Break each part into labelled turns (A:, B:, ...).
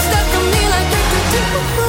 A: stuck on me like do, do, do, do.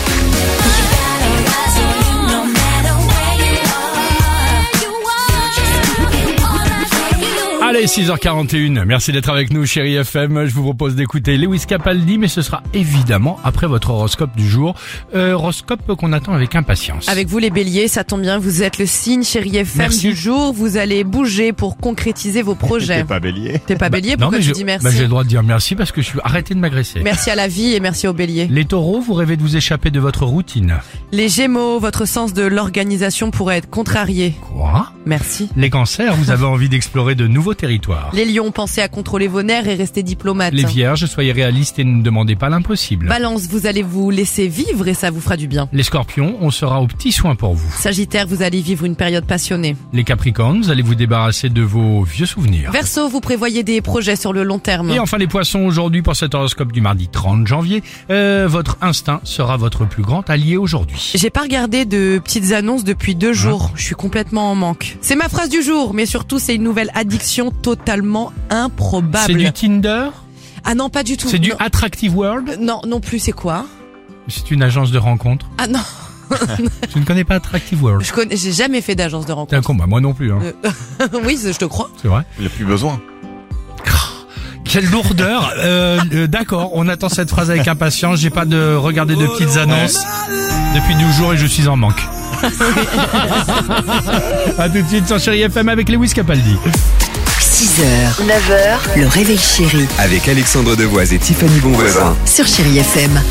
B: Allez, 6h41, merci d'être avec nous, chérie FM. Je vous propose d'écouter Lewis Capaldi, mais ce sera évidemment après votre horoscope du jour. Euh, horoscope qu'on attend avec impatience.
C: Avec vous les béliers, ça tombe bien, vous êtes le signe chéri FM
B: Merci.
C: du jour, vous allez bouger pour concrétiser vos projets. T'es pas bélier T'es pas bélier,
B: Non,
C: pourquoi
B: mais
C: tu
B: je-
C: dis merci
B: bah, J'ai le droit de dire merci parce que je suis arrêté de m'agresser.
C: Merci à la vie et merci aux béliers.
B: Les taureaux, vous rêvez de vous échapper de votre routine.
C: Les gémeaux, votre sens de l'organisation pourrait être contrarié.
B: Quoi
C: Merci.
B: Les cancers, vous avez envie d'explorer de nouveaux territoires.
C: Les lions, pensez à contrôler vos nerfs et restez diplomate.
B: Les vierges, soyez réalistes et ne demandez pas l'impossible.
C: Balance, vous allez vous laisser vivre et ça vous fera du bien.
B: Les scorpions, on sera aux petits soins pour vous.
C: Sagittaire, vous allez vivre une période passionnée.
B: Les capricornes, vous allez vous débarrasser de vos vieux souvenirs.
C: Verseau, vous prévoyez des projets sur le long terme.
B: Et enfin les poissons aujourd'hui pour cet horoscope du mardi 30 janvier, Euh, votre instinct sera votre plus grand allié aujourd'hui.
C: J'ai pas regardé de petites annonces depuis deux jours. Je suis complètement en manque. C'est ma phrase du jour, mais surtout c'est une nouvelle addiction totalement
B: C'est
C: improbable.
B: du Tinder,
C: Ah non, pas du tout.
B: c'est du
C: Non,
B: Attractive World,
C: euh, non, non plus. C'est quoi
B: c'est une agence de rencontre.
C: Ah non,
B: Je ne connais pas Attractive World.
C: je connais. J'ai jamais fait d'agence de rencontre.
B: T'as un con, bah, moi non plus, hein.
C: oui, je te crois.
B: c'est vrai.
D: Il a plus besoin.
B: Quelle lourdeur. Euh, euh, D'accord, on attend cette phrase avec impatience. J'ai pas de regarder de petites annonces depuis 12 jours et je suis en manque. à tout de suite sur Chéri FM avec Lewis Capaldi.
E: 6h, 9h, le réveil chéri
F: Avec Alexandre Devoise et Tiffany Bonvoisin.
E: sur Chérie FM.